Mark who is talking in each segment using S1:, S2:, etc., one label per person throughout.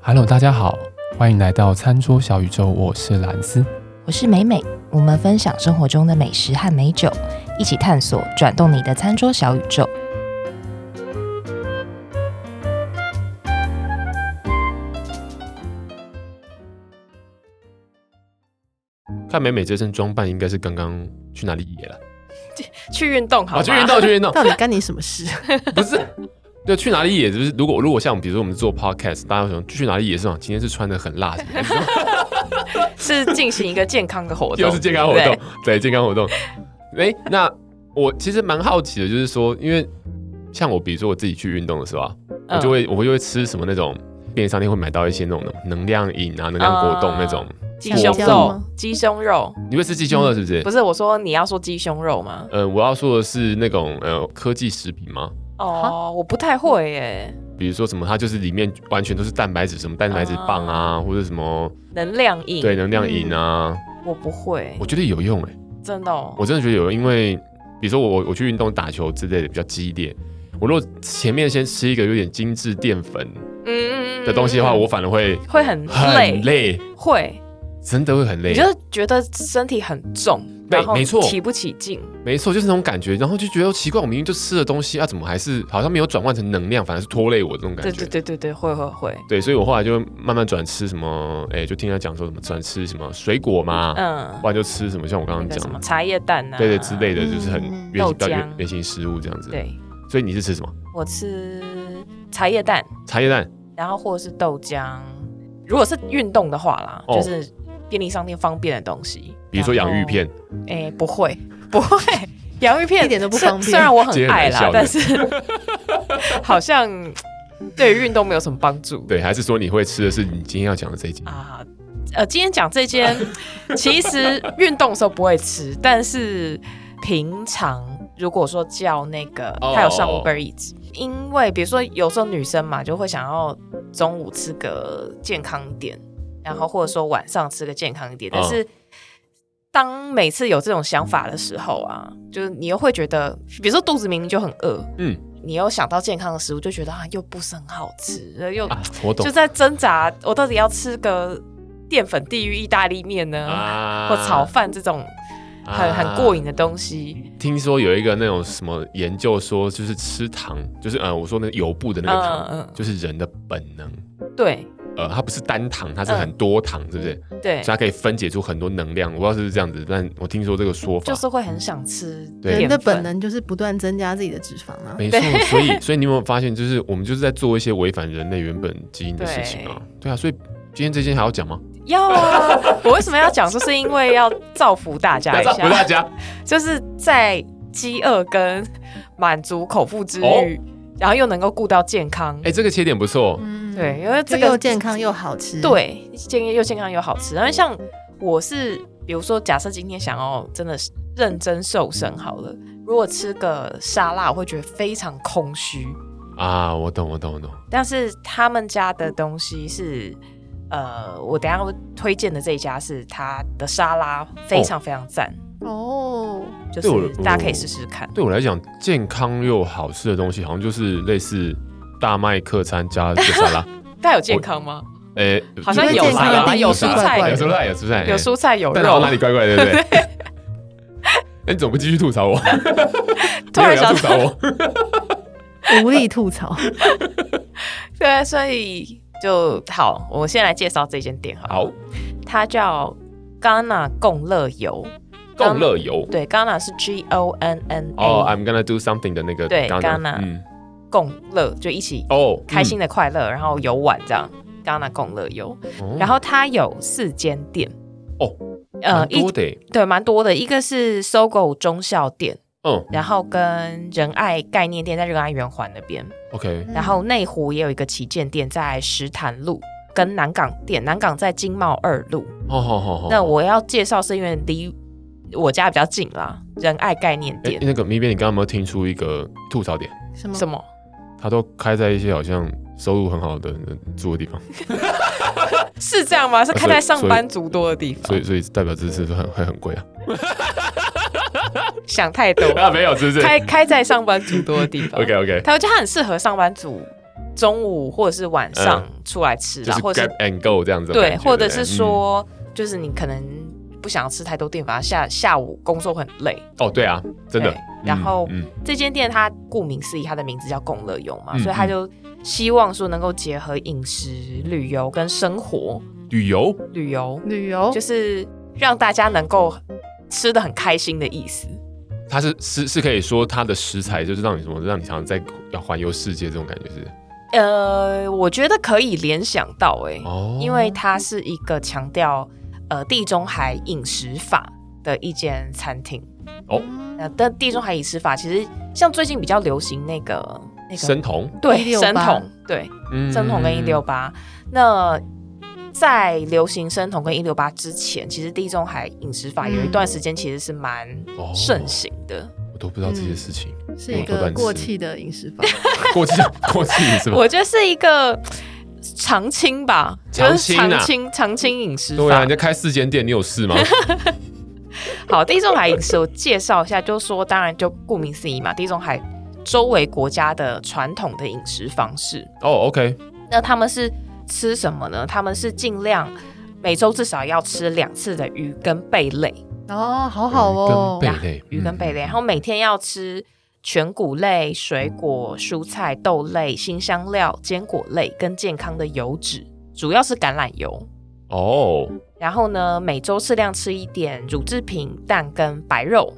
S1: Hello，大家好，欢迎来到餐桌小宇宙，我是蓝斯。
S2: 我是美美，我们分享生活中的美食和美酒，一起探索转动你的餐桌小宇宙。
S3: 看美美这身装扮，应该是刚刚去哪里野了？
S4: 去运动好
S3: 啊，
S4: 吗？
S3: 去运动，去 运动，
S5: 到底干你什么事？
S3: 不是，就去哪里野，就是如果如果像比如说我们做 podcast，大家有想去哪里野是吗？今天是穿的很 辣，
S4: 是进行一个健康的活动，
S3: 又是健康活
S4: 对
S3: 动，对，健康活动。哎、那我其实蛮好奇的，就是说，因为像我，比如说我自己去运动的时候啊，我就会我就会吃什么那种便利商店会买到一些那种能量饮啊、能量果冻那种。
S4: 鸡胸
S5: 香蕉
S4: 肉
S5: 吗，
S4: 鸡胸肉，
S3: 你会吃鸡胸肉是嗯不是？
S4: 不是我说你要说鸡胸肉吗？
S3: 呃，我要说的是那种呃科技食品吗？
S4: 哦，我不太会耶，
S3: 比如说什么，它就是里面完全都是蛋白质，什么蛋白质棒啊，
S4: 哦
S3: 或者什么
S4: 能量饮，
S3: 对能量饮啊，
S4: 我不会
S3: 我，觉得有用哎、
S4: 真的哦，
S3: 我真的觉得有用，因为比如说我我去运动打球之类的比较激烈，我如果前面先吃一个有点精致淀粉
S4: 嗯
S3: 的东西的话，
S4: 嗯嗯
S3: 我反而会
S4: 会很
S3: 很
S4: 累，
S3: 累，
S4: 会，
S3: 真的会很
S4: 你
S3: 累
S4: 就，是觉得身体很重，
S3: 对
S4: 然后
S3: 没错
S4: 提不起劲，
S3: 没错，就是那种感觉，然后就觉得奇怪，我明明就吃了东西啊，怎么还是好像没有转换成能量，反而是拖累我这种感
S4: 对
S3: 觉。
S4: 对对对对，会会会，
S3: 对所以我后来就慢慢转吃什么，哎、就听他讲说什么转吃什么水果嘛，
S4: 嗯
S3: 不，然就吃什么，啊像我刚
S4: 那
S3: 刚
S4: 个
S3: 讲
S4: 什么
S3: 的，
S4: 茶叶蛋啊，
S3: 对对之类的，
S5: 嗯
S3: 就是很
S5: 嗯
S3: 原
S4: 豆
S3: 比较原
S4: 浆
S3: 原型食物这样子。，
S4: 对
S3: 所以你是吃什么？
S4: 我吃茶叶蛋。
S3: 茶叶蛋
S4: 然后或者是豆浆。如果是运动的话啦，
S3: 哦
S4: 就是便利商店方便的东西，
S3: 比如说洋芋片，
S4: 然后。哎、不会，不会，洋芋片
S5: 一点都不方便
S4: 虽虽然我很
S3: 今天
S4: 爱
S3: 很
S4: 啦
S3: 笑，的
S4: 但是 好像对于运动没有什么帮助。
S3: 对，还是说你会吃的是你今天要讲的这一集？
S4: 啊。呃，今天讲 这间，其实运动的时候不会吃，但是平常如果说叫那个，
S3: 哦
S4: 它有上 Uber Eats，、因为比如说有时候女生嘛，就会想要中午吃个健康一点，然后或者说晚上吃个健康一点，但
S3: 嗯
S4: 是。当每次有这种想法的时候啊，就是你又会觉得，比如说肚子明明就很饿，
S3: 嗯，
S4: 你又想到健康的食物，就觉得啊又不是很好吃，又
S3: 啊，我懂
S4: 就在挣扎，我到底要吃个淀粉地狱意大利面呢，
S3: 啊
S4: 嗯或炒饭这种很、很过
S3: 瘾。
S4: 瘾的东西？
S3: 听说有一个那种什么研究说，就是吃糖，就是呃，我说那个油布的那个糖，
S4: 嗯嗯
S3: 就是人的本能。
S4: 嗯，对
S3: 呃，它不是单糖，它是很多糖，是不是？
S4: 嗯对
S3: 所以，它可以分解出很多能量。我不知道是不是这样子，但我听说这个说法
S4: 就是会很想吃
S3: 对
S4: 淀
S5: 人的本
S4: 粉。
S5: 能就是不断增加自己的脂肪啊。
S3: 没错，所以 所以你有没有发现，就是我们就是在做一些违反人类原本基因的事情啊？对啊，所以今天这件还要讲吗？
S4: 要啊！ 我为什么要讲？就是因为要造福大家
S3: 来
S4: 一
S3: 照顾大
S4: 下，
S3: 家，
S4: 就是在饥饿跟满足口腹之欲，然后又能够顾到健康。
S3: 哦哎，这个切点不错，
S5: 嗯，
S4: 对，，因为这
S5: 这
S4: 个
S5: 又健康又好
S3: 嗯
S5: 吃。，
S4: 对，健又健康又好吃。然后像我是，比如说，假设今天想要真的是认真瘦身好了，如果吃个沙拉，我会觉得非常空虚。
S3: 啊，我懂，我懂，我懂。
S4: 但是他们家的东西是，呃，我等一下会推荐的这一家是它的沙拉非常非常赞，
S5: 哦，
S4: 就
S3: 对我
S4: 是大家可以试试看。
S3: 对我来讲，健康又好吃的东西，好像就是类似大麦客餐加一个沙 拉，
S4: 它有健康吗？
S3: 哎，
S4: 好像
S5: 有
S3: 沙
S5: 啦
S3: 拉，
S5: 有
S3: 沙拉
S5: 蔬菜
S3: 有蔬菜，有蔬菜，
S4: 有
S3: 哎
S4: 蔬菜有
S3: 但好
S4: 肉
S3: 像，哪里怪怪的，对不 对？哎，你怎么不继续吐槽我？
S4: 突然
S3: 没有人要
S4: 想
S3: 吐槽 我，
S5: 无力 吐槽。
S4: 对，所以就好，我先来介绍这间店好了。
S3: 好，
S4: 它叫戛纳共乐游。
S3: 共乐游
S4: 对，戛纳是 G O N N A，、
S3: 哦，I'm gonna do something 的那个
S4: 对啊
S3: Ghana
S4: Ghana
S3: 嗯，
S4: 共乐就一起
S3: 哦，
S4: 开心的快乐，然后游玩这样。戛纳共乐游，
S3: 嗯，
S4: 然
S3: 后
S4: 后它有四间店
S3: 哦，
S4: 呃，一
S3: 多的耶，
S4: 对蛮多的，一个是搜狗中校店，
S3: 嗯
S4: 然后跟仁爱概念店在仁爱圆环那边，
S3: ，OK，
S4: 然后内湖也有一个旗舰店在石潭路，跟南港店，南港在经贸二路。
S3: 好好好好。
S4: 那我要介绍是因为离我家比较近啦，仁爱概念
S3: 哎，
S4: 店、
S3: 那个咪边，你刚刚有没有听出一个吐槽点？
S5: 什么
S4: 什么？
S3: 他都开在一些好像收入很好的人呃住 的地方，
S4: 是这样吗？是
S3: 所以
S4: 开在上班族多的地
S3: 所
S4: 方
S3: 以，所以代表这是很会很贵啊。
S4: 想太多
S3: 。啊，没有，是不是
S4: 开开在上班族多的地 方
S3: ？OK OK，
S4: 他觉得它很适合上班族中午或者是晚上
S3: 嗯
S4: 出来吃
S3: 就
S4: 啦，
S3: 是
S4: 或者是
S3: grab and go 这样子的感
S4: 对，
S3: 觉，
S4: 或
S3: 对
S4: 者
S3: 嗯
S4: 是
S3: 不对
S4: 说，就是你可能不想吃太多淀粉，啊下下午工作很累，
S3: 哦，对啊，真的
S4: 对。然后
S3: 嗯，
S4: 这间店它顾名思义，它的名字叫共乐游嘛，
S3: 嗯
S4: 所以它就希望说能够结合饮食、旅游跟生活
S3: 嗯旅游
S4: 旅游，
S5: 旅游
S4: 就是让大家能够吃的很开心的意思。
S3: 它是是是可以说它的食材就是让你什么，让你常常在要环游世界这种感觉是
S4: 呃，我觉得可以联想到哎、
S3: 哦，
S4: 因为它是一个强调呃地中海饮食法的一间餐厅。
S3: 哦，
S4: 呃，但地中海饮食法其实像最近比较流行那个那个
S3: 生酮，
S4: 对
S5: 168
S4: 生酮，对
S3: 嗯
S4: 生酮跟一六八。那在流行生酮跟一六八之前，其实地中海饮食法有一段时间其实是蛮
S3: 哦
S4: 盛行的。
S3: 我都不知道这
S4: 嗯
S3: 些事情，
S5: 是一
S3: 我都
S5: 个
S3: 乱吃
S5: 过气的饮食法，
S3: 过期过期是吧？
S4: 我觉得是一个常青吧，就是
S3: 常青啊
S4: 常青常青饮食
S3: 对啊，
S4: 法
S3: 人。家开四间店，你有事吗？
S4: 好，地中海饮食我介绍一下，就说当然就顾名思义嘛，地中海周围国家的传统的饮食方式。
S3: 哦，OK，
S4: 那他们是吃什么呢？他们是尽量每周至少要吃两次的鱼跟贝类，
S5: 哦，好好哦，
S3: 跟贝类，
S4: 鱼跟贝类，然
S3: 嗯
S4: 后每天要吃全谷类、水果、蔬菜、豆类、新香料、坚果类跟健康的油脂，主要是橄榄油。
S3: 哦，
S4: 然后呢，每周适量吃一点乳制品、蛋跟白肉。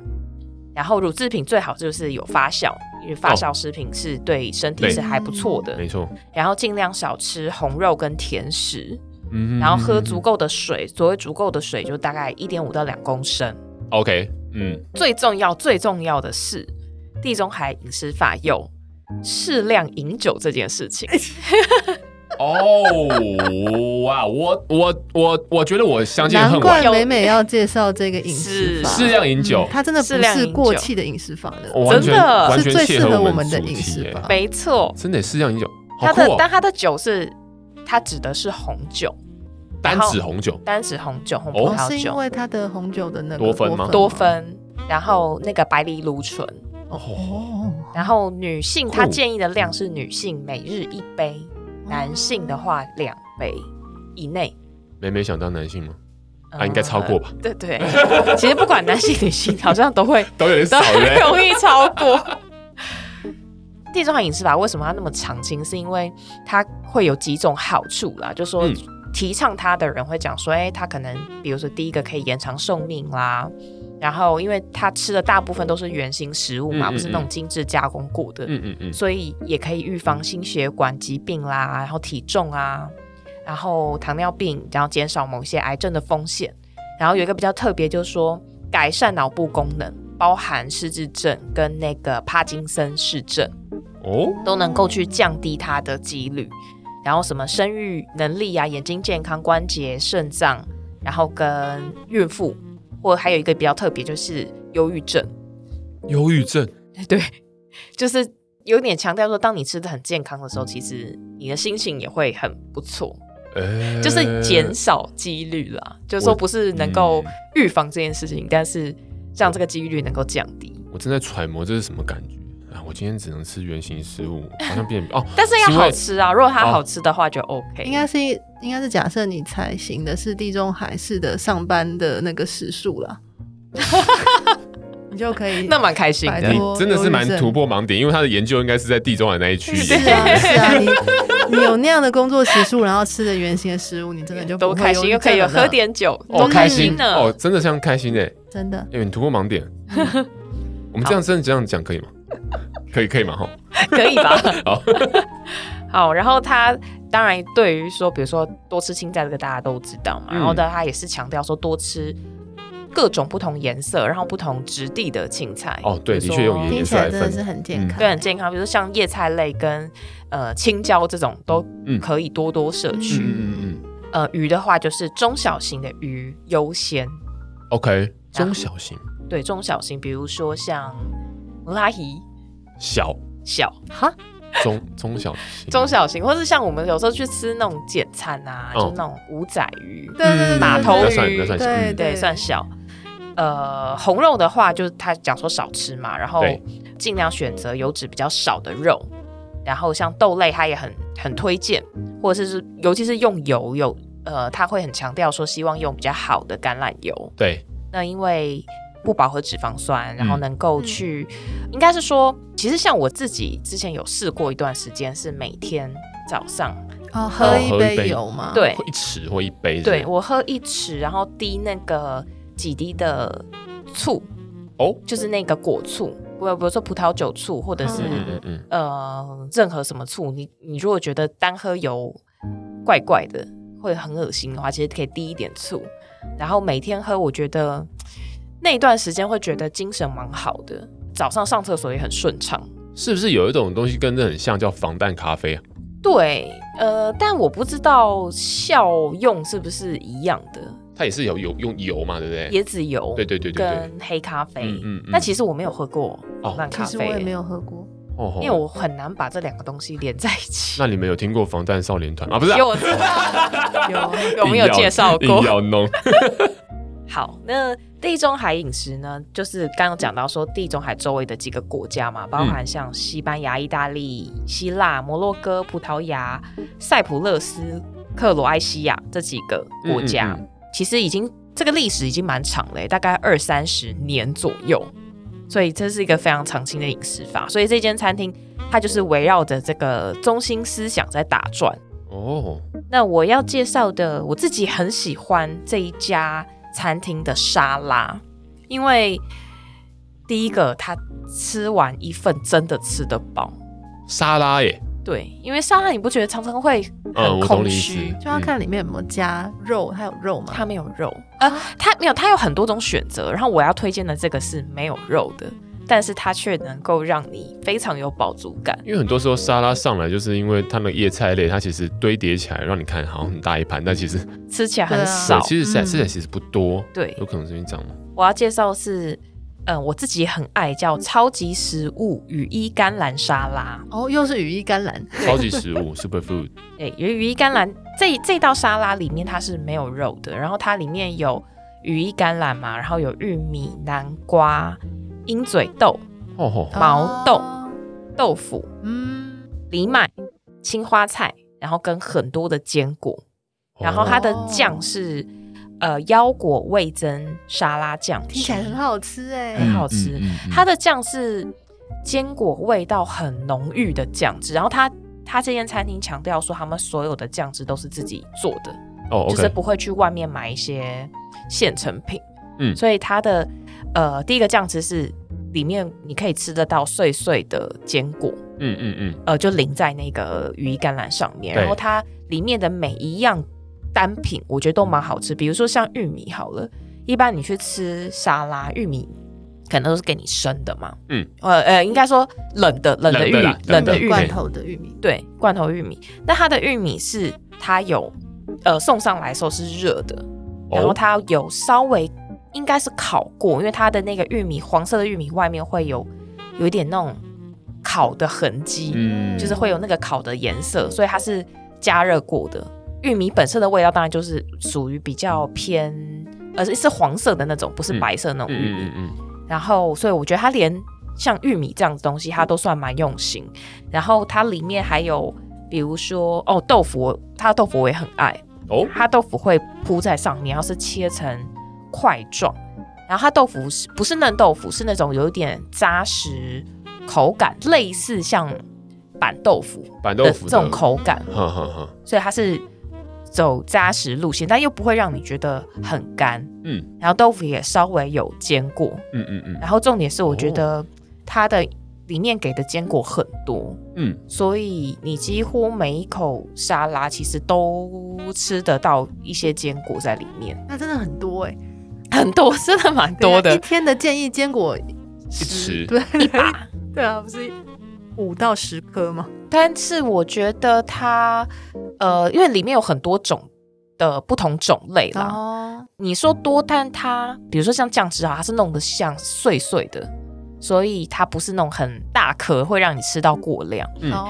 S4: 然后乳制品最好就是有发酵，因为发酵食品是对身体
S3: 哦对
S4: 是还不错的。
S3: 没错，
S4: 然后尽量少吃红肉跟甜食。
S3: 嗯
S4: 然后喝足够的水，所谓足够的水就大概一点五到两公升。
S3: ，OK，嗯，
S4: 最重要、最重要的是，地中海饮食法有适量饮酒这件事
S3: 哎
S4: 情。
S3: 哦，哇，我我我我觉得我相见
S5: 难
S3: 恨晚，
S5: 怪美美要介绍这个饮食
S4: 是
S5: 法，
S3: 适量饮酒
S5: 嗯，它真的不
S4: 适量饮
S5: 是
S4: 酒
S5: 过气的饮食法嗯的，
S3: 我完
S4: 真
S3: 全
S4: 的
S3: 完
S5: 是
S3: 全
S5: 最
S3: 切
S5: 适合
S3: 合
S5: 我
S3: 们
S5: 们的
S3: 主
S5: 饮
S3: 题
S5: 食
S3: 耶
S5: 吧
S4: 没错，
S3: 真的适量饮酒，啊好
S4: 它
S3: 酷
S4: 的但
S3: 哦，
S4: 它的酒是它指的是红酒，
S3: 单
S4: 然后
S3: 指红酒，
S4: 单指红酒、红葡
S3: 哦
S5: 哦是
S4: 萄
S5: 因
S4: 酒、
S5: 为它的红酒的那个
S3: 多酚吗
S4: 多酚，然后那个白藜芦醇，
S5: 哦，
S4: 然后女性她
S3: 酷
S4: 建议的量是女性每日一杯，男性的话两杯以内。
S3: 没没想当男性吗？啊，应该超过吧，
S4: 对对，其实不管男性女性，好像都会
S3: 都有点
S4: 都
S3: 少 对不 对
S4: 容易超过。 地中海饮食法为什么它那么常青？是因为它会有几种好处啦，就说
S3: 嗯
S4: 提倡它的人会讲说，哎、它可能比如说第一个可以延长寿命啦，然后因为它吃的大部分都是原型食物嘛，
S3: 嗯嗯
S4: 不是那种精致加工过的，
S3: 嗯嗯嗯，
S4: 所以也可以预防心血管疾病啦，然后体重啊，然后糖尿病，然后减少某些癌症的风险。然后有一个比较特别，就是说改善脑部功能，包含失智症跟那个帕金森氏症，
S3: 哦，
S4: 都能够去降低它的几率。然后什么生育能力啊、眼睛健康、关节、肾脏，然后跟孕妇，或还有一个比较特别就是忧郁症。
S3: 忧郁症，
S4: 对，就是有点强调说，当你吃的很健康的时候，其实你的心情也会很不错，
S3: 呃
S4: 就是减少几率啦。就是说，不是能够
S3: 嗯
S4: 预防这件事情，但是让这个几率能够降低。
S3: 我正在揣摩这是什么感觉啊！我今天只能吃原形食物，好像 变哦，
S4: 但是要
S3: 是因为
S4: 好吃啊，如果它
S3: 哦
S4: 好吃的话就 OK。
S5: 应该是应该是假设你才行的是地中海式的上班的那个时数啦， 你就可以
S4: 那蛮开心
S5: 摆
S4: 的
S5: 脱。
S3: 你真的是蛮
S5: 忧郁症
S3: 突破盲点，因为他的研究应该是在地中海那一区
S5: 是
S3: 研究。
S5: 啊，是啊，你你有那样的工作时数，然后吃的原型的食物，你真的就不
S4: 都
S5: 会
S4: 开心，
S5: 忧郁
S4: 又可以有
S5: 症了
S4: 喝，点酒，
S5: 哦
S4: 多开
S5: 开心
S4: 心呢。
S3: 哦，真的像开心哎，
S5: 真的
S3: 因为你突破盲 点。我们这样真的这样讲可以吗？可以可以吗？哈，
S4: 可以吧？
S3: 好，
S4: 好，然后他当然对于说，比如说多吃青菜这个大家都知道嘛，
S3: 嗯
S4: 然后呢，他也是强调说多吃各种不同颜色，然后不同质地的青菜。
S3: 哦对
S4: 比如
S3: 的确有
S4: 说
S3: 颜
S5: 听起来真的是很
S3: 嗯
S5: 健康，
S4: 对，很健康，比如说像叶菜类跟呃青椒这种都
S3: 嗯
S4: 可以多多摄取。
S3: 嗯嗯嗯嗯
S4: 呃，鱼的话就是中小型的鱼优先，
S3: ，OK，啊
S4: 这样
S3: 中小型
S4: 对中小型，比如说像拉鱼
S3: 小
S4: 小
S5: 哈，
S3: 中中小型
S4: 中小型，或是像我们有时候去吃那种简餐啊，
S3: 哦
S4: 就那种五仔鱼，
S5: 对对对，
S4: 码头
S3: 那
S4: 鱼
S3: 算那算小
S5: 对
S3: 嗯
S4: 对，算小。呃，红肉的话，就是他讲说少吃嘛，然后
S3: 对
S4: 尽量选择油脂比较少的肉，然后像豆类，它也很很推荐，或者是是尤其是用油有呃，它会很强调说希望用比较好的橄榄油。
S3: 对，
S4: 那因为不饱和脂肪酸，然后
S3: 嗯
S4: 能够去，应该是说，其实像我自己之前有试过一段时间，是每天早上
S3: 啊
S5: 哦，喝一
S3: 喝一
S5: 杯
S3: 杯
S5: 油嘛，
S4: 对
S3: 会一匙或一杯是不是，
S4: 对我喝一匙，然后滴那个几滴的醋，
S3: 哦，
S4: 就是那个果醋，不，比如说葡萄酒醋，或者是、
S3: 嗯嗯嗯
S4: 呃任何什么醋，你你如果觉得单喝油怪怪的，会很恶心的话，其实可以滴一点醋，然后每天喝，我觉得那一段时间会觉得精神蛮好的，早上上厕所也很顺畅。
S3: 嗯，是不是有一种东西跟这很像，叫防弹咖啡啊？
S4: 对，呃，但我不知道效用是不是一样的，
S3: 它也是有有用油嘛，对不对？
S4: 椰子油，
S3: 对对对对对，
S4: 跟黑咖啡。
S3: 嗯嗯嗯
S4: 但其实我没有喝过
S3: 哦
S4: 防弹咖
S5: 其实我
S4: 啡、
S5: 也没有喝过。
S3: 哦吼
S4: 因为我很难把这两个东西连在一起。
S3: 那你们有听过防弹少年团啊？不是啊、
S4: 因为我知 道有有没有
S3: 硬要
S4: 介绍过
S3: 硬？要弄，
S4: 好，那地中海饮食呢，就是刚刚讲到说地中海周围的几个国家
S3: 嗯
S4: 嘛，包含像西班牙、意大利、希腊、摩洛哥、葡萄牙、塞浦路斯、克罗埃西亚这几个国家，
S3: 嗯嗯
S4: 其实已经这个历史已经蛮长了，大概二三十年左右。所以这是一个非常常青的饮食法，所以这间餐厅它就是围绕着这个中心思想在打转。
S3: 哦，
S4: 那我要介绍的，我自己很喜欢这一家餐厅的沙拉，因为第一个，它吃完一份真的吃得饱。
S3: 沙拉耶，
S4: 对，因为沙拉你不觉得常常会
S3: 嗯，
S4: 很
S3: 我懂
S4: 空
S3: 你意思嗯
S4: 虚？，
S5: 就要看里面有没有加肉，它有肉吗？
S4: 它没有肉，呃，它没有，它有很多种选择。然后我要推荐的这个是没有肉的，但是它却能够让你非常有饱足感。
S3: 因为很多时候沙拉上来，就是因为它的叶菜类，它其实堆叠起来，让你看好像很大一盘，但其实
S4: 吃起来很
S5: 对啊
S4: 少。
S3: 对其实吃起来
S5: 嗯
S3: 吃起来其实不多，
S4: 对
S3: 有可能是因为这样吗？
S4: 我要介绍是，嗯，我自己也很爱
S5: 嗯
S4: 叫超级食物羽衣甘蓝沙拉。
S5: 哦，又是羽衣甘蓝，
S3: 超级食物 super food，
S4: 对，有羽衣甘蓝这这道沙拉里面它是没有肉的，然后它里面有羽衣甘蓝嘛，然后有玉米、南瓜、鹰嘴豆、
S3: 哦吼，
S4: 毛豆
S5: 哦
S4: 豆腐、
S5: 嗯，
S4: 藜麦、青花菜，然后跟很多的坚果，然后它的
S5: 哦
S4: 酱是、呃腰果味增沙拉酱，
S5: 听起来很好吃哎、
S4: 很好吃。
S3: 嗯嗯嗯
S4: 它的酱是坚果味道很浓郁的酱汁，然后它它这间餐厅强调说，他们所有的酱汁都是自己做的。
S3: 哦哦
S4: 就是
S3: ，OK，
S4: 不会去外面买一些现成品。
S3: 嗯
S4: 所以它的呃第一个酱汁是里面你可以吃得到碎碎的坚果，
S3: 嗯嗯嗯，
S4: 呃，就淋在那个羽衣甘蓝上面。
S3: 对
S4: 然后它里面的每一样单品，我觉得都蛮好吃。比如说像玉米好了，一般你去吃沙拉，玉米可能都是给你生的嘛。
S3: 嗯，
S4: 呃呃，应该说冷的冷的
S3: 冷
S4: 玉
S3: 的啦
S4: 冷的
S3: 冷的
S4: 玉米
S5: 罐头的玉米，
S4: 对，罐头玉米。那它的玉米是它有，呃，送上来的时候是热的，然后
S3: 哦
S4: 它有稍微应该是烤过，因为它的那个玉米黄色的玉米外面会有有一点那种烤的痕迹，
S3: 嗯
S4: 就是会有那个烤的颜色，所以它是加热过的。玉米本身的味道当然就是属于比较偏，呃，是是黄色的那种，不是
S3: 嗯
S4: 白色那种
S3: 嗯
S4: 玉米。
S3: 嗯嗯
S4: 然后所以我觉得它连像玉米这样的东西，它都算蛮用心。然后它里面还有，比如说哦豆腐我，它的豆腐我也很爱，
S3: 嗯，哦，
S4: 它豆腐会铺在上面，然后是切成块状。然后它豆腐是不是嫩豆腐，是那种有一点扎实口感，类似像板豆腐
S3: 板豆
S4: 的
S3: 腐
S4: 这种，口感，
S3: 哈哈哈，
S4: 所以它是走扎实路线，但又不会让你觉得很干。
S3: 嗯
S4: 然后豆腐也稍微有煎过，
S3: 嗯嗯嗯
S4: 然后重点是，我觉得
S5: 哦
S4: 它的里面给的坚果很多，
S3: 嗯，
S4: 所以你几乎每一口沙拉其实都吃得到一些坚果在里面，
S5: 那真的很多哎、
S4: 很多，真的蛮
S5: 对啊
S4: 多的
S5: 一。天的建议坚果
S3: 匙
S5: 对
S4: 一把，
S5: 对啊，不是五到十颗吗？
S4: 但是我觉得它，呃，因为里面有很多种的不同种类啦。
S5: 哦，
S4: 你说多，但它比如说像酱汁啊，它是弄得像碎碎的，所以它不是那种很大颗，会让你吃到过量。
S3: 嗯
S5: 哦，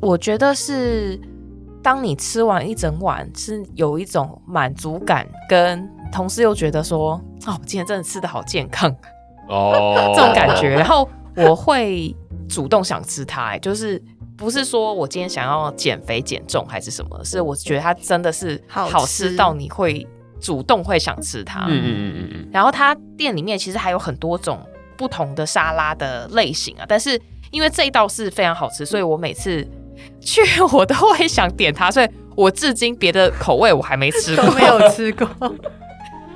S4: 我觉得是当你吃完一整碗，是有一种满足感，跟同时又觉得说，哦，我今天真的吃的好健康
S3: 哦，
S4: 这种感觉。然后我会主动想吃它、欸，就是不是说我今天想要减肥减重还是什么，是我觉得它真的是
S5: 好
S4: 好
S5: 吃
S4: 吃到你会主动会想吃它。
S3: 嗯嗯嗯嗯
S4: 然后它店里面其实还有很多种不同的沙拉的类型啊，但是因为这一道是非常好吃，所以我每次去我都会想点它，所以我至今别的口味我还没吃
S5: 都
S4: 过。
S5: 没有吃过，
S3: 嗯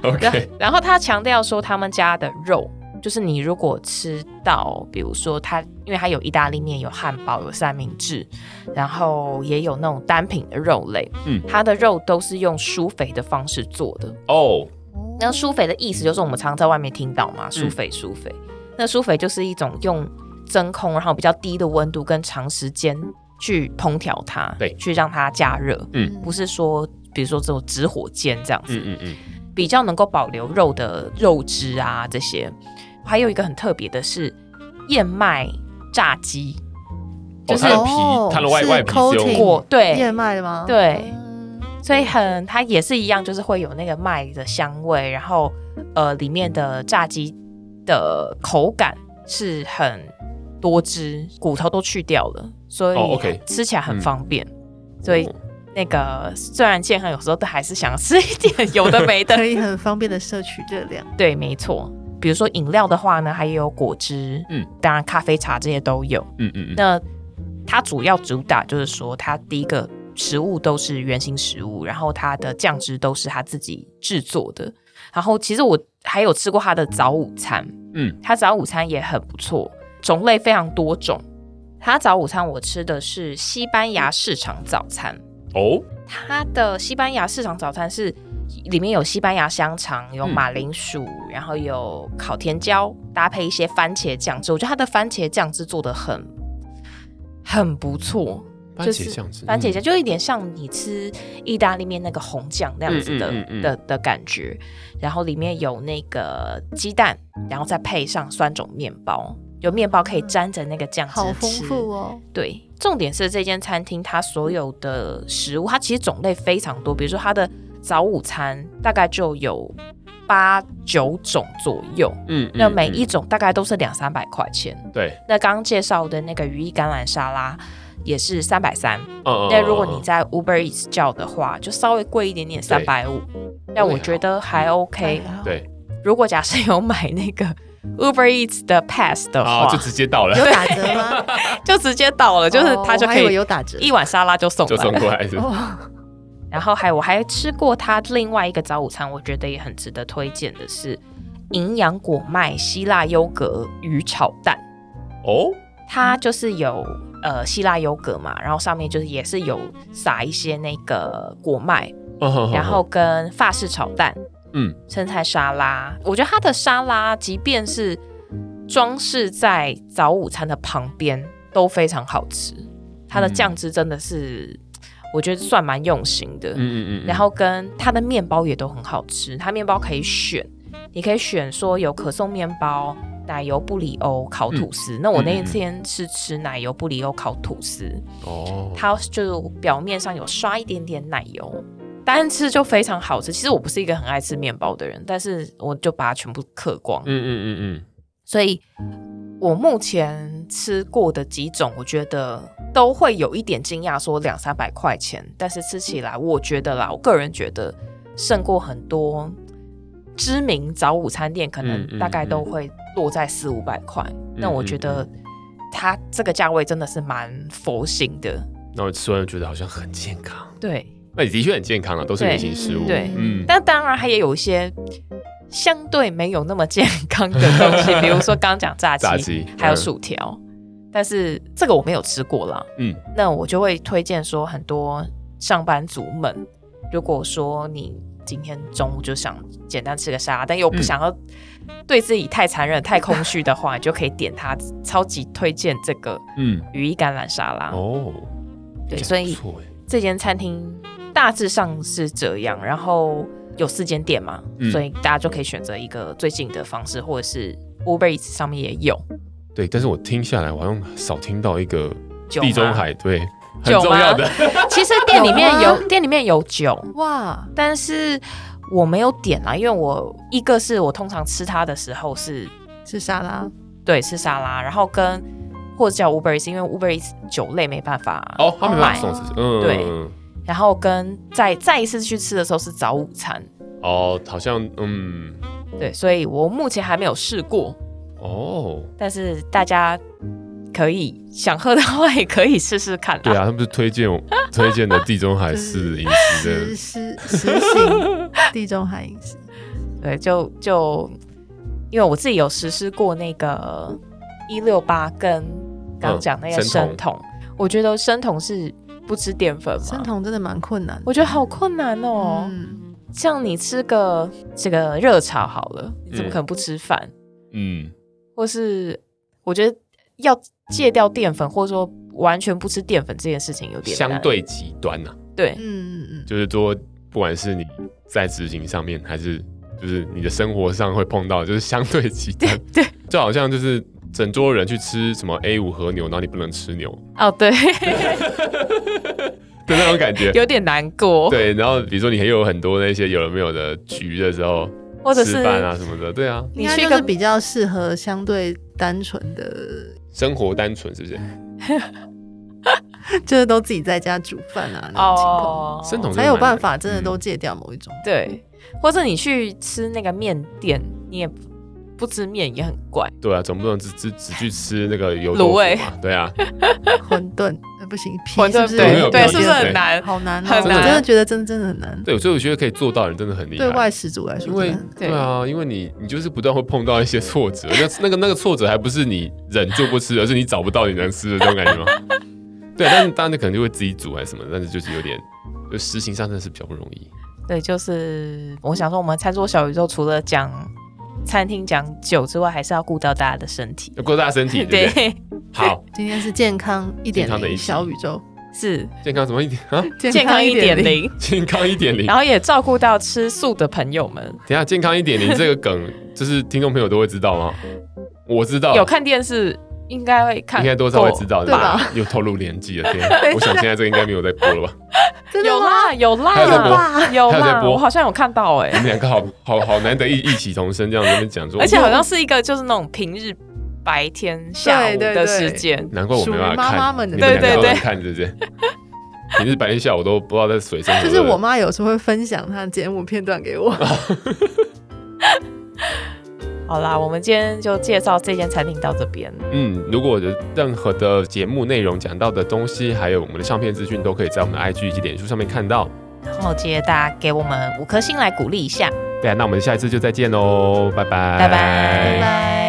S4: 然
S3: ，OK，
S4: 然后他强调说，他们家的肉，就是你如果吃到，比如说他，因为他有意大利面、有汉堡、有三明治，然后也有那种单品的肉类，
S3: 嗯
S4: 嗯，它的肉都是用疏肥的方式做的。
S3: 哦，
S4: 那疏肥的意思就是我们常在外面听到
S3: 嗯
S4: 嘛，疏肥疏肥。那疏肥就是一种用真空，然后比较低的温度跟长时间去烹调它，
S3: 对
S4: 去让它加热，
S3: 嗯
S4: 不是说比如说这种直火煎这样子，
S3: 嗯嗯嗯，
S4: 比较能够保留肉的肉汁啊这些。还有一个很特别的是燕麦炸鸡，
S3: 哦，
S4: 就是
S3: 它的
S5: 哦
S3: 皮，它的外
S5: 是
S3: 外皮是
S5: coating
S3: 用
S4: 果
S5: 燕
S4: 对
S5: 麦的吗？
S4: 对，
S5: 嗯，
S4: 所以很它也是一样，就是会有那个麦的香味，然后呃里面的炸鸡的口感是很多汁，骨头都去掉了，所以
S3: 哦，OK
S4: 吃起来很
S3: 嗯
S4: 方便。所以那个虽然健康，有时候都还是想吃一点有 的没的
S5: 可以很方便的摄取热量。
S4: 对，没错。比如说饮料的话呢，还有果汁，
S3: 嗯
S4: 嗯，当然咖啡、茶这些都有。
S3: 嗯嗯嗯，
S4: 那它主要主打就是说，它第一个食物都是原型食物，然后它的酱汁都是它自己制作的。然后其实我还有吃过它的早午餐，
S3: 嗯
S4: 嗯，它早午餐也很不错，种类非常多种。它早午餐我吃的是西班牙市场早餐，
S3: 哦，
S4: 它的西班牙市场早餐是里面有西班牙香肠，有
S3: 嗯
S4: 马铃薯，然后有烤甜椒，搭配一些番茄酱汁。我觉得它的番茄酱汁做的很很不错，
S3: 番
S4: 就
S3: 茄
S4: 是
S3: 酱汁，嗯
S4: 番茄酱就有点像你吃意大利面那个红酱那样子的、
S3: 嗯嗯嗯嗯
S4: 的的感觉，然后里面有那个鸡蛋，然后再配上酸种面包，有面包可以沾着那个酱汁吃，
S5: 好丰富 哦，
S4: 对，重点是这间餐厅它所有的食物，它其实种类非常多，比如说它的早午餐大概就有八九种左右，
S3: 嗯，嗯
S4: 那每一
S3: 嗯
S4: 种大概都是两三百块钱。
S3: 对，
S4: 那刚刚介绍的那个羽衣甘蓝沙拉也是三百三，
S3: 嗯嗯
S4: 那如果
S3: 嗯
S4: 你
S3: 嗯
S4: 在 Uber Eats 叫的话，就稍微贵一点点，三百五。但我觉得还 OK。
S5: 哎呀
S3: 对，
S4: 如果假设有买那个 Uber Eats 的 Pass 的话
S3: 哦啊好，，就直接到了，
S5: 有打折吗？
S4: 就直接到了，就是
S5: 哦
S4: 它就
S5: 我
S4: 可
S5: 还以为
S4: 以
S5: 有打折，
S4: 一碗沙拉就送
S3: 就
S4: 来
S3: 送
S4: 了。
S3: 过来是不是，
S5: 哇，
S4: 然后还我还吃过它另外一个早午餐，我觉得也很值得推荐的是营养果麦希腊优格鱼炒蛋，
S3: 哦，
S4: 它就是有呃希腊优格嘛，然后上面就是也是有撒一些那个果麦，
S3: 嗯哼
S4: 然后跟法式炒蛋，
S3: 嗯，
S4: 生菜沙拉。我觉得它的沙拉即便是装饰在早午餐的旁边，都非常好吃。它的
S3: 嗯
S4: 酱汁真的是，我觉得算蛮用心的。
S3: 嗯嗯嗯，
S4: 然后跟它的面包也都很好吃，它面包可以选，你可以选说有可颂面包、奶油布里欧、烤吐司。那我那一天是吃奶油布里欧烤吐司，
S3: 哦，
S4: 它就表面上有刷一点点奶油，单吃就非常好吃。其实我不是一个很爱吃面包的人，但是我就把它全部嗑光，
S3: 嗯嗯嗯
S4: 所以我目前吃过的几种，我觉得都会有一点惊讶，说两三百块钱，但是吃起来，我觉得啦，我个人觉得胜过很多知名早午餐店，可
S3: 嗯嗯嗯
S4: 能大概都会落在四五百块。那我觉得它这个价位真的是蛮佛心的，
S3: 嗯，那我吃完就觉得好像很健康，
S4: 对。
S3: 那的确很健康啊，都是原型食物，
S4: 对
S3: 嗯，
S4: 但当然，它也有一些相对没有那么健康的东西，比如说刚刚讲炸 鸡，
S3: 炸鸡
S4: 还有
S3: 嗯
S4: 薯条。但是这个我没有吃过啦，
S3: 嗯，
S4: 那我就会推荐说，很多上班族们，如果说你今天中午就想简单吃个沙拉，但又不
S3: 嗯
S4: 想要对自己太残忍、太空虚的话，你就可以点它，超级推荐这个
S3: 嗯，
S4: 羽衣甘蓝沙拉。
S3: 哦，这
S4: 对，
S3: 样
S4: 所
S3: 不
S4: 以
S3: 错哎
S4: 这间餐厅大致上是这样，然后有四间店嘛，
S3: 嗯
S4: 所以大家就可以选择一个最近的方式，或者是 Uber Eats 上面也有。
S3: 对，但是我听下来，我好像少听到一个
S4: 酒
S3: 地中
S4: 吗
S3: 海，对，很
S4: 酒
S3: 重要的，
S4: 其实店里面
S5: 有
S4: 有
S5: 吗
S4: 店里面有酒，
S5: 哇，
S4: 但是我没有点啊，因为我一个是我通常吃它的时候是
S5: 是沙拉，
S4: 对吃沙拉，然后跟或者叫 Uber Eats，因为 Uber Eats 酒类没办法
S3: 哦，他没办
S4: 买
S3: 法送吃，嗯，
S4: 对，然后跟再再一次去吃的时候是早午餐，
S3: 哦，好像，嗯，
S4: 对，所以我目前还没有试过，
S3: 哦，
S4: 但是大家可以想喝的话也可以试试看啦。
S3: 对啊，他们是推荐 我推荐的地中海式饮
S5: 实
S3: 食
S5: 施实行地中海饮食，
S4: 对，就就因为我自己有实施过那个一六八跟刚讲那个
S3: 嗯生
S4: 生酮，我觉得生酮是不吃淀粉嘛，
S5: 生酮真的蛮困难的。
S4: 我觉得好困难哦。
S5: 嗯，
S4: 像你吃个这个热炒好了，你怎
S3: 嗯
S4: 么可能不吃饭？
S3: 的，嗯，
S4: 或是我觉得要戒掉淀粉，或者说完全不吃淀粉这件事情有点难
S3: 相对极端呐、
S4: 对
S5: 嗯嗯
S3: 就是说，不管是你在执行上面，还是就是你的生活上会碰到，就是相对极端。
S4: 对，
S3: 就好像就是整桌人去吃什么 A 五和牛，然后你不能吃 牛
S4: 哦， 对，
S3: 的那种感觉。
S4: 有点难过，
S3: 对，然后比如说你也有很多那些有的没有的局的时候，
S4: 或者
S3: 吃
S4: 是
S3: 饭啊什么的，对啊，
S5: 嗯，
S4: 你
S5: 应该
S4: 去一
S5: 就
S4: 个
S5: 是比较适合相对单纯 的，
S3: 生活单纯是不是？
S5: 哦就是都自己在家煮饭啊那种情况，
S4: 哦，
S3: 生酮真的
S5: 才有
S3: 蛮难
S5: 办法真的都戒掉某一种。
S4: 对，或者你去吃那个面店，你也不不吃面也很怪，
S3: 对啊，总不能只只只去吃那个油
S4: 卤
S3: 豆
S4: 味
S3: 腐嘛，对啊，
S5: 馄 饨，呃不行，皮
S4: 馄
S5: 是
S4: 饨
S5: 不是
S3: 对
S4: 对
S3: 对
S4: 是不是
S3: 对
S4: 很难？
S5: 好难哦，
S4: 很
S5: 我真
S4: 难啊
S5: 的觉得真的真的很难。
S3: 对，所以我觉得可以做到的人真的很厉害。
S5: 对外食族来说
S3: 因
S5: 真的很
S3: 为
S5: 难，
S4: 对
S3: 对啊，因为你你就是不断会碰到一些挫折，那那个那个挫折还不是你忍住不吃，而是你找不到你能吃的这种感觉吗？ 对啊，但是当然可能就会自己煮还是什么，但是就是有点，就实行上真的是比较不容易。
S4: 对，就是我想说，我们餐桌小宇宙除了讲餐厅、讲酒之外，还是要顾到大家的身体。
S3: 要顾大家身 体， 对不对？好，
S5: 今天是健康一
S3: 健
S5: 点
S3: 康的一
S5: 零
S3: 集
S5: 小宇宙，
S4: 是
S3: 健康什么一点 啊？
S4: 健康一 点
S5: 零，
S4: 零，
S3: 健康一 点零。
S4: 然后也照顾到吃素的朋友们。
S3: 等一下，健康一点零这个梗，就是听众朋友都会知道吗？我知道，
S4: 有看电视应该会看，
S3: 哦应该多少会知。道，
S5: 对吧？
S3: 又透露年纪了，天啊！我想现在这个应该没有在播了吧？
S5: 真的
S4: 有
S5: 吗？
S4: 啦，有啦，
S3: 还有在播
S4: 有
S3: 还有在
S4: 啦，
S3: 播
S4: 我好像有看到哎、
S3: 你们两个好好好难得一一起同声这样子在那边讲说，
S4: 而且好像是一个就是那种平日白天下午
S5: 对
S4: 的
S5: 对对
S4: 时间，
S3: 难怪我没办法看，
S5: 属于妈妈们的
S3: 你们两
S4: 对
S3: 个
S4: 对
S3: 都
S4: 对
S3: 在看，是不 是？平时白天下午都不知道在水深火热。
S5: 就是我妈有时候会分享她的节目片段给我，
S4: 好啦，我们今天就介绍这间餐厅到这边。
S3: 嗯，如果有任何的节目内容讲到的东西，还有我们的相片资讯，都可以在我们的 IG 以及脸书上面看到。
S4: 然后记得大家给我们五颗星来鼓励一下，
S3: 对啊，那我们下一次就再见喽，拜拜，
S4: 拜拜
S5: 拜。